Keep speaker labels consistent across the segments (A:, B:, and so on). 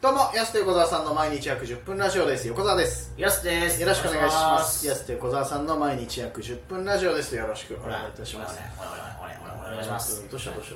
A: どうも、やすと横澤さんの毎日約10分ラジオです。横澤です。
B: やすです
A: よろしくお願いします。や
B: や
A: すと横澤さんの毎日約10分ラジオです。よろしくお
B: お
A: 願いいたします。
B: お願いします
A: どうしたどうし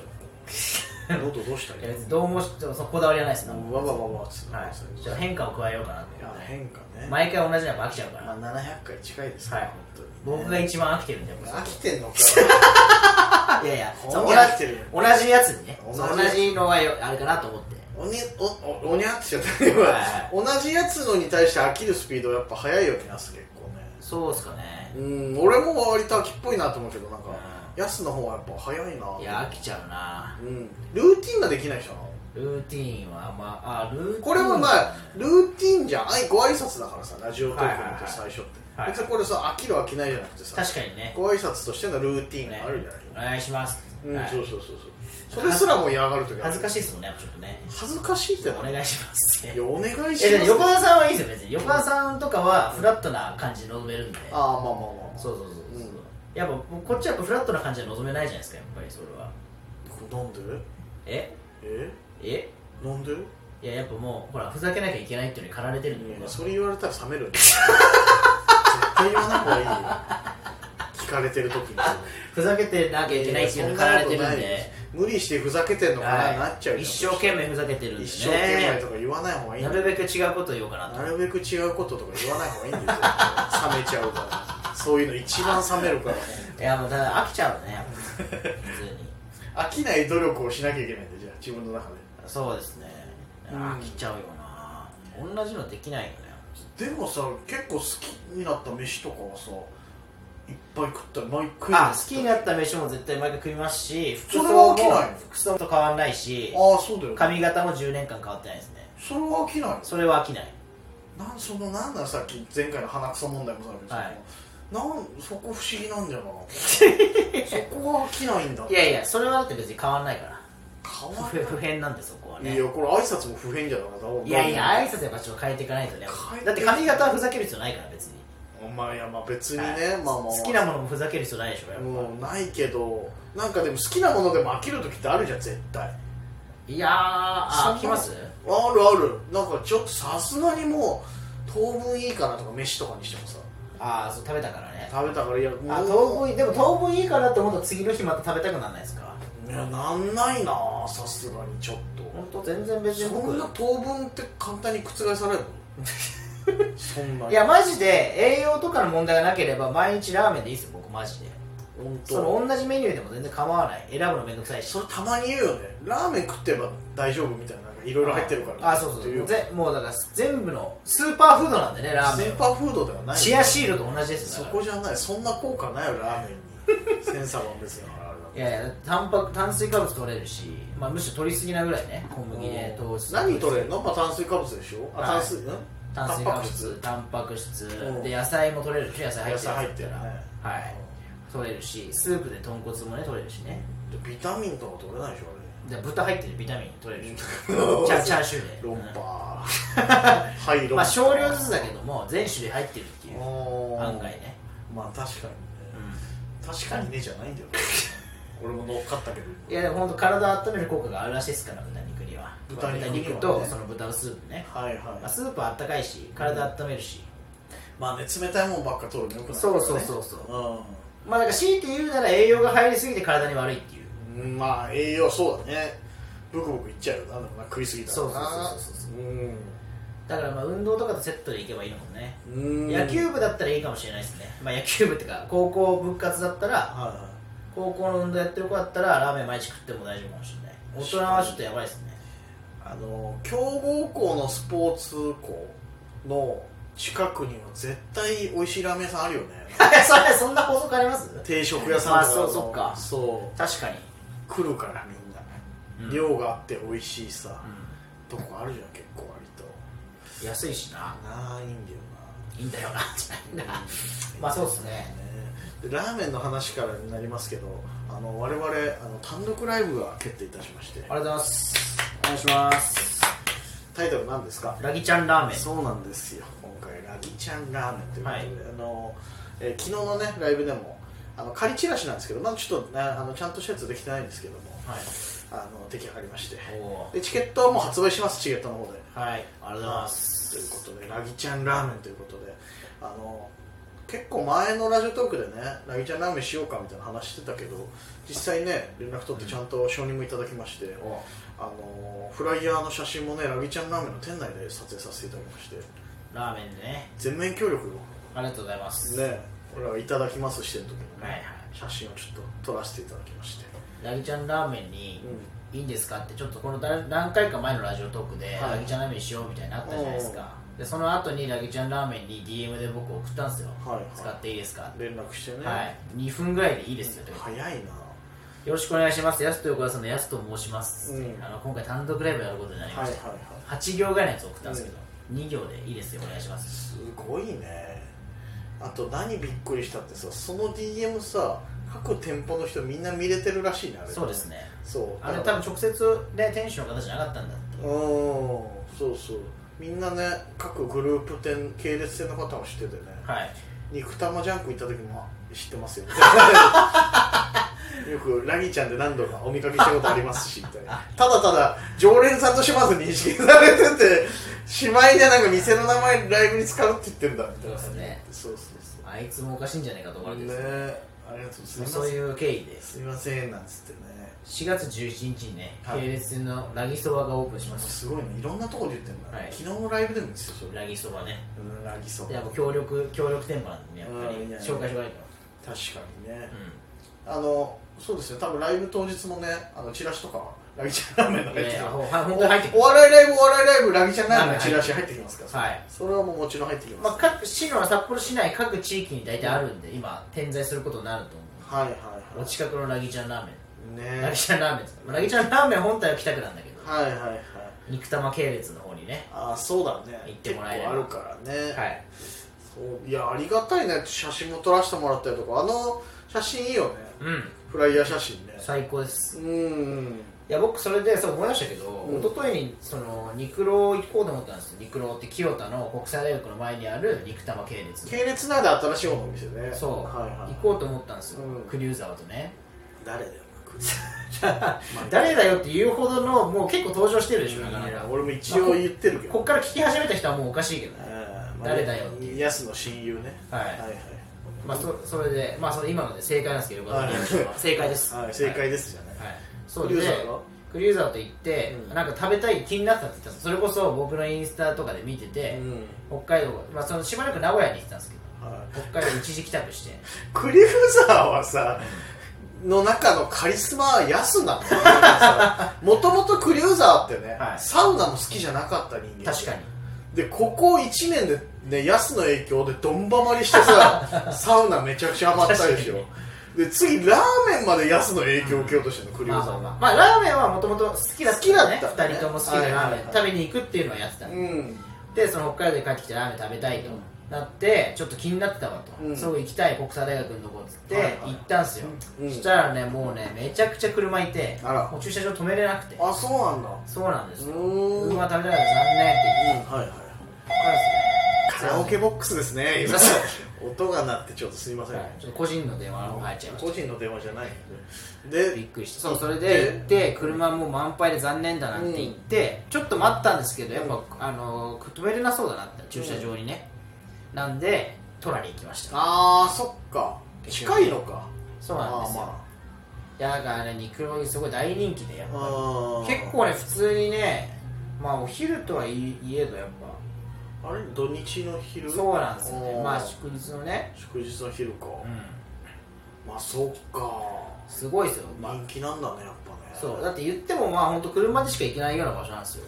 A: たノートどうした
B: いや別にどうもしでもそこだわりはないですな
A: わわわわつ
B: はいちょっと変化を加えようかなっていう
A: 変化ね。
B: 毎回同じのやっぱ飽きちゃうから、
A: まあ、700回近いですから、
B: はい
A: 本当にね、
B: 僕が一番飽きてるんで
A: 飽きてんのか
B: いやいや
A: こんな飽きてる
B: 同じやつにね
A: 同
B: 同
A: じ
B: じのがよあれかなと思って
A: おにおおおにゃってしちゃった今
B: は
A: 同じやつのに対して飽きるスピードやっぱ速いよねやす結構ね
B: そうっすかね
A: うん俺も割と飽きっぽいなと思うけどなんか
B: う
A: やすの方はやっぱ早いないい
B: や飽きちゃうな
A: うんルーティンができない人なの
B: ルーティーンはあんまあルーティーン
A: これはまあルーティンじゃんあいご挨拶だからさラジオトークのって最初って、
B: はいはいはい
A: 別にこれさ飽きる飽きないじゃなくてさ
B: 確かにね
A: ご挨拶としてのルーティンがあるじゃない、
B: お願いします、
A: うん
B: はい
A: そうそうそうそうそれすらも嫌がるとき
B: 恥ずか
A: しい
B: しいですもんねやっぱちょっとね
A: 恥ずかしいって
B: お
A: な
B: 願いします
A: いやお願いし
B: えで
A: ま
B: も
A: す
B: 横田さんはいいですよ別に横田さんとかはフラットな感じで臨めるんで、
A: ああまあまあまあ、まあ、
B: そうそうそうそう、
A: うん
B: やっぱ僕こっちはやっぱフラットな感じで臨めないじゃないですかやっぱりそれは
A: なんで
B: え
A: え
B: え
A: なんで
B: いややっぱもうほらふざけなきゃいけないっていうのに駆られてるんで僕は
A: それ言われたら冷めるんだよ絶対言わない方がいいよ 聞かれてる時に
B: ふざけてなきゃいけないっていうのに駆られてるんで
A: 無理してふざけてんのかな、
B: はい
A: なっちゃうよ
B: 一生懸命ふざけてるんでね
A: 一生懸命とか言わない方がいい
B: な
A: よ
B: るべく違うことを言おうかなと
A: なるべく違うこととか言わない方がいいんですよ冷めちゃうからそういうの一番冷めるから
B: いやもうただ飽きちゃう ねやっぱ普通に
A: 飽きない努力をしなきゃいけないんだよじゃあ自分の中
B: そうですね
A: うん
B: 飽きちゃうよな、同じのできないよね
A: ででもさ結構好きになった飯とかはさいっぱい食ったら毎回
B: あ好きになった飯も絶対毎回食いますし服
A: それは
B: 装
A: 飽き
B: も
A: ない
B: 服装と変わらないし
A: ああそうだよ
B: 髪型も10年間変わってないですね
A: それは飽きないの
B: それは飽きない
A: なんそのなんださっき前回の鼻くそ問題もそうだけど、
B: はい
A: そのなんそこ不思議なんだよ なそこは飽きないんだ
B: いやいやそれはだって別に変わらないから
A: 変わ
B: 不不変なんでそこは
A: らない
B: ね
A: いやこれ挨拶も不変じゃなかった
B: いやいや挨拶やっぱちょっと変えていかないとね
A: 変えて
B: だって髪型はふざける必要ないから別に、
A: まあいやまあ別にね、
B: はい
A: まあまあまあ
B: 好きなものもふざける必要ないでしょやっぱ
A: もうないけどなんかでも好きなものでも飽きる時ってあるじゃん絶対
B: いやーあ飽きます
A: そんなのあるあるなんかちょっとさすがにもう当分いいかなとか飯とかにしてもさ
B: ああそう食べたからね
A: 食べたからいや
B: あ
A: もう
B: 当分いいでも当分いいかなって思うと次の日また食べたくならないですか
A: いやなんないなさすがにちょっと
B: 本当全然別に
A: そ
B: 僕
A: んな当分って簡単に覆される のそんない
B: やマジで栄養とかの問題がなければ毎日ラーメンでいいですよ僕マジで
A: 本当
B: その同じメニューでも全然構わない選ぶのめんどくさいし
A: それたまに言うよねラーメン食ってれば大丈夫みたいななんかいろいろ入ってるから
B: あそうそう
A: っ
B: そ
A: ていうう
B: ぜもうだから全部のスーパーフードなんでねラー
A: ス
B: メン
A: ー
B: は
A: パーフードではない
B: チアシールと同じです
A: そ
B: よだか
A: こ
B: ら
A: じゃないそんな効果ないよラーメンにセンサーは別にあ
B: いやいやタンパク炭水化物取れるし、まあ、むしろ取りすぎなぐらいね小 麦で糖質
A: 何取れるの、まあ、炭水化物でしょ、
B: はい
A: あ炭水ん
B: 炭
A: タン
B: 水化
A: パク
B: 物
A: 質
B: タンパク質
A: うん
B: で野菜も取れるし野菜入ってる
A: 野菜入ってるね
B: はい取れるしスープで豚骨もね取れるしね
A: でビタミンとか取れないでしょ
B: で豚入ってるビタミン取れるし
A: あれ
B: チャチャーシューで
A: ロン
B: うん
A: パ ーはいロンパー
B: まあ少量ずつだけども全種類入ってるっていう
A: おー
B: 案外ね、
A: まあ確かにね、確かにねじゃないんだよ 俺も乗っかったけど
B: いやでも本当体温める効果があるらしいですから豚肉には
A: 豚肉にはね
B: とその豚のスープね、
A: はい
B: まあ、
A: はい
B: スープはあったかいし体温めるし、
A: まあね冷たいもんばっか取るのよくない
B: そうそうそうそう
A: う
B: まあだから強いて言うなら栄養が入りすぎて体に悪いっていうん
A: まあ栄養そうだねブクブクいっちゃうよなでもな食いすぎたら
B: そうそう
A: な
B: そうそう
A: うん
B: だからまあ運動とかとセットでいけばいいのもね、
A: うん
B: 野球部だったらいいかもしれないですね、まあ、野球部ってか高校部活だったら
A: はいはい
B: 高校の運動やってる子だったらラーメン毎日食っても大丈夫かもしれない大人はちょっとやばいですね
A: あの強豪校のスポーツ校の近くには絶対美味しいラーメン屋さんあるよね
B: それそんな法則あります
A: 定食屋さんとかの
B: まあそうそっか
A: そ
B: 確かに、
A: う来るからみんな、
B: うん
A: 量があって美味しいさ、
B: う
A: とこあるじゃん結構割と
B: ん安いしな
A: ないんだよ
B: いいんだよな じゃないんだ
A: な
B: まあそうですね
A: ねでラーメンの話からになりますけどあの我々あの単独ライブが決定いたしまして
B: ありがとうございますお願いします
A: タイトル何ですか
B: ラギちゃんラーメン
A: そうなんですよ今回ラギちゃんラーメンということで、
B: はい
A: あのえー昨日のねライブでもあの仮チラシなんですけどまだちょっと、ね、あのちゃんとしたやつできてないんですけども
B: はい
A: あの出来上がりまして
B: おー
A: でチケットはもう発売しますチケットの方で
B: はいありがとうございます
A: ということでラギちゃんラーメンということであの結構前のラジオトークでねラギちゃんラーメンしようかみたいな話してたけど実際ね連絡取ってちゃんと承認もいただきまして、
B: お
A: あのフライヤーの写真もねラギちゃんラーメンの店内で撮影させていただきまして
B: ラーメンでね
A: 全面協力を
B: ありがとうございます、
A: ね俺はいただきますしてる時のね、
B: はいはい
A: 写真をちょっと撮らせていただきまして、
B: ラギちゃんラーメンにいいんですかってちょっとこのだ何回か前のラジオトークで、
A: はい
B: ラギちゃんラーメンにしようみたいになったじゃないですかでその後にラギちゃんラーメンに DM で僕送ったんですよ、
A: はいはい
B: 使っていいですかって
A: 連絡してね、
B: はい、2分ぐらいでいいですよと、
A: 早いな
B: よろしくお願いします、やすと横田さんのやすと申します、
A: うん
B: あの今回単独ライブやることになり
A: は
B: ま
A: いは
B: し
A: い
B: た、
A: はい
B: 8行ぐらいのやつ送ったんですけど、2行でいいですよ、お願いします、
A: すごいねあと何びっくりしたってさその DM さ各店舗の人みんな見れてるらしいねあれ
B: そうですね、
A: そう
B: あれ、
A: だ
B: 多
A: から
B: 分直接、ね、店主の方じゃなかったんだって、
A: うんそうそうみんなね各グループ店系列店の方も知っててね
B: はい、
A: 肉玉ジャンク行った時も知ってますよ よくラギちゃんで何度かお見かけしたことありますしみたいなただただ常連さんとしてまず認識されててしまいでなんか店の名前ライブに使うって言ってんだみたいな
B: そうですね
A: そうそうそう
B: あいつもおかしいんじゃないかと思われて
A: ね
B: るんです
A: ありがとうございま
B: けど、
A: す
B: そういう経緯です。
A: すいませんなんつってね
B: 4月17日にね、
A: はい
B: 系列店のラギそばがオープンしました。
A: すごいねいろんなとこで言ってんだ、
B: はい
A: 昨日のライブでも言ってたそれ
B: ラギそばね。
A: うんラギそば
B: で、やっ
A: 確
B: ぱ協力、協力店舗なんでね、やっぱり
A: うんいやいや
B: 紹介してもらえる
A: かにね
B: と。う、ん
A: あのそうですね多分ライブ当日もねあのチラシとかラギちゃんラーメンの入
B: い
A: っ
B: やい
A: て
B: や、
A: た
B: ほん本当に入ってく
A: お
B: る。
A: 笑いライブお笑いライブラギちゃんラーメンのチラシ入ってきますから、
B: はい。
A: それはもうもちろん入ってきます、
B: まあ、各市の札幌市内各地域に大体あるんで、今点在することになると思
A: はいはいう
B: お
A: は
B: 近くのラギちゃんラーメ
A: いね
B: ンラギちゃんラーメンですまあラギちゃんラーメン本体は北区なんだけど
A: はいはいはい
B: 肉玉系列の方にね
A: ああそうだね
B: 行ってもらえれ
A: 結
B: ば
A: 構あるからね、
B: はい
A: そういやありがたいね写真も撮らせてもらったりとかあの写真いいよね
B: うん
A: フライヤー写真ね
B: 最高です
A: うん
B: いや僕それでそう思いましたけど、
A: うん
B: 一昨日にその肉郎行こうと思ったんですよ肉郎って清田の国際大学の前にある肉玉系列
A: 系列なんで新しい方のお店ね
B: そう、
A: はいはい
B: 行こうと思ったんですよ、
A: うん
B: クリューザーとね
A: 誰だよ
B: 誰だよって言うほどのもう結構登場してるでしょなかないか
A: や俺も一応言ってるけど、
B: こっから聞き始めた人はもうおかしいけどね
A: あーまあ
B: 誰だよっていう
A: ヤスの親友ね
B: はい
A: はいはい
B: まあ、そそれで、まあ、それ今ので正解なんですけど、よかったです
A: はい
B: 正解です、
A: はい正解ですじゃない、
B: はい、はい、そう
A: ク
B: で
A: リューザーが
B: クリューザーと行って、
A: うん
B: なんか食べたい気になったって言ってたんですそれこそ僕のインスタとかで見てて、
A: うん
B: 北海道、まあ、そのしばらく名古屋に行ってたんですけ
A: はい
B: ど北海道一時帰宅して
A: クリフザーはさ、の中のカリスマはヤス なのもともとクリューザーってね、
B: はい
A: サウナも好きじゃなかった人間
B: 確かに
A: でここ1年でねヤスの影響でドンバマりして さサウナめちゃくちゃハマったでしょ
B: 確
A: で次ラーメンまでヤスの影響を受けようとしてるの、クリュ
B: まあ
A: ーザー
B: ま
A: は
B: あ、まあ、ラーメンはもともと好きだったんだね
A: 好きだったね
B: 2人とも好きでラーメン、
A: はいはいはい
B: 食べに行くっていうのはやってたんで
A: うん
B: でその北海道に帰ってきてラーメン食べたいとなってちょっと気になってたわと、
A: うん
B: すごい行きたい国際大学のとこっつって
A: はいはい
B: 行ったんすよ、
A: うん
B: そしたらねもうねめちゃくちゃ車いて
A: あら
B: もう駐車場止めれなくて
A: あそうなんだ
B: そうなんです
A: う
B: よ
A: ーんうん
B: 車
A: はい
B: 食べたから残念って言って
A: はい
B: ここから
A: カラオケボックスですね今音が鳴ってちょっとすみません、
B: ですね、はいちょっと個人の電話が入っちゃいまし
A: 個人の電話じゃないので
B: た
A: で
B: びっくりしてそうそれで行って車もう満杯で残念だなって言って、ちょっと待ったんですけどやっぱ、あのー止めれなそうだなって駐車場にね、なんでトラに行きました
A: あーそっか近いのか
B: そうなんですよ、
A: ま
B: いやだからね肉のすごい大人気でやっ
A: あ
B: ぱ
A: まああ
B: り結構ね普通にねまあお昼とはいいえどやっ
A: 構あれ土日の
B: ぱ
A: 昼
B: そうなんですよね
A: おー
B: まあ祝日のね
A: 祝日の昼か、
B: うん
A: まあそっか
B: すごいですよまあ
A: 人気なんだねやっぱね
B: そうだって言ってもまあ本当車でしか行けないような場所なんですよ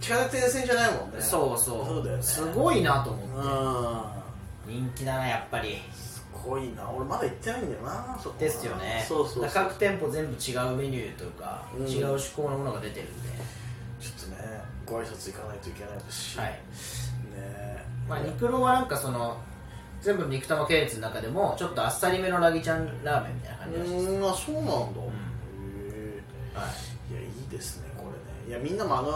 A: 地下鉄沿線じゃないもんね
B: そうそう
A: そうだよね
B: すごいなと思
A: う
B: って
A: ん
B: 人気だなやっぱり
A: すごいな俺まだ行ってないんだよなそこ
B: ですよね
A: そうそう
B: だから各店舗全部違うメニューというか、
A: うん
B: 違う趣向のものが出てるんで
A: ちょっとねご挨拶行かないといけないですし、
B: は
A: ね
B: い
A: え
B: まあ、肉郎はなんかその全部の肉玉系列の中でもちょっとあっさりめのラギちゃんラーメンみたいな
A: う
B: 感じだしいです、
A: ーんあそうなんだ、へ
B: んはい
A: えいやいいですねこれねいやみんなもあの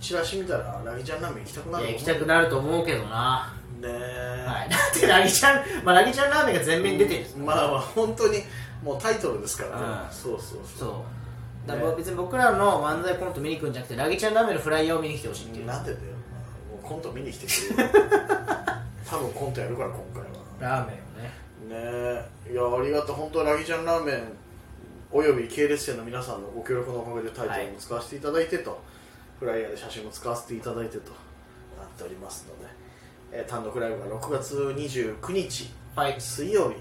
A: チラシ見たらラギちゃんラーメン行きたくなる
B: いや
A: と思う
B: 行きたくなると思うけどな、
A: ねえ、
B: はい、 だってラギちゃん、まあ、ラギちゃんラーメンが全面に出てるんですよ
A: まあまあ本当にもうタイトルですからね、
B: うん
A: そうそうそう
B: そうだから別に僕らの漫才コント見に行くんじゃなくてラギちゃんラーメンのフライヤーを見に来てほしいっていう
A: なんでだよもうコント見に来てくれよ 多分コントやるから今回は
B: ラーメンをね
A: ねえいやありがとう本当ラギちゃんラーメンおよび系列店の皆さんのご協力のおかげでタイトルも使わせていただいてと、フライヤーで写真も使わせていただいてとなっておりますので、えー単独ライブが6月29日
B: はい
A: 水曜日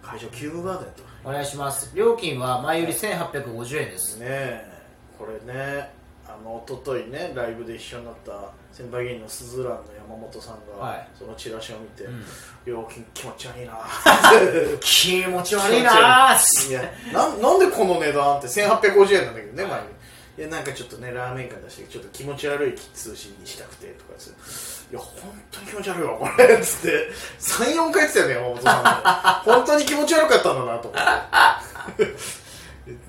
A: 会場キューブガーデンと
B: お願いします料金は前より1850円です
A: ねえこれねあの一昨日ねライブで一緒になった先輩芸人のすずらんの山本さんが、
B: はい
A: そのチラシを見て、
B: ん
A: 料金気持ち悪いな
B: 気持ち
A: 悪
B: 悪
A: い
B: い
A: な
B: な
A: ーいやなんなんでこの値段って1850円なんだけどね前にいやなんかちょっとねラーメン館出してちょっと気持ち悪い通信にしたくてとかですいや本当に気持ち悪いわこれっつって34回言ってたよね山本さんが本当に気持ち悪かったんだなと思っ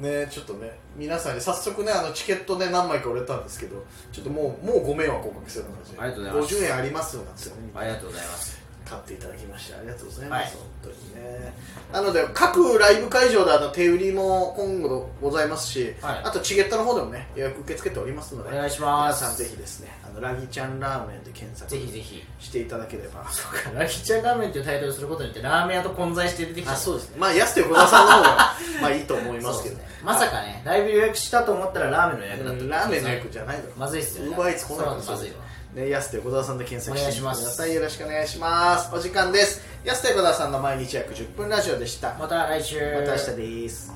A: てねちょっとね皆さんに早速ねあのチケットね何枚か売れたんですけどちょっともうもうご迷惑をおかけするような感じで
B: ありがとうございます
A: 50円ありますなんですよねみんな
B: ありがとうございます
A: 買っていただきましてありがとうございます、
B: は
A: 本当にねなので各ライブ会場であの手売りも今後ございますし、
B: はい
A: あとチゲットの方でもね予約受け付けておりますので
B: お願いします
A: 皆さんぜひですねあのラギちゃんラーメンで検索
B: ぜひぜひ
A: していただければ
B: ラギちゃんラーメンというタイトルをすることによってラーメン屋と混在して出てきた
A: あそうですねまあ安手小田さんの方がまあいいと思いま
B: そ
A: す
B: うで
A: けど、
B: すねまさかねライブ予約したと思ったらラーメンの予約だった
A: うんラーメンの役じゃないだろ
B: まずいっすよね
A: ウーバーイーツ来ない
B: そうなのまずいわ
A: ね、安手小沢さんで検索してみてくださ
B: お願いしま
A: い
B: す
A: よろしくお願いしますお時間です安手小沢さんの毎日約10分ラジオでしたま
B: また来週
A: た明日です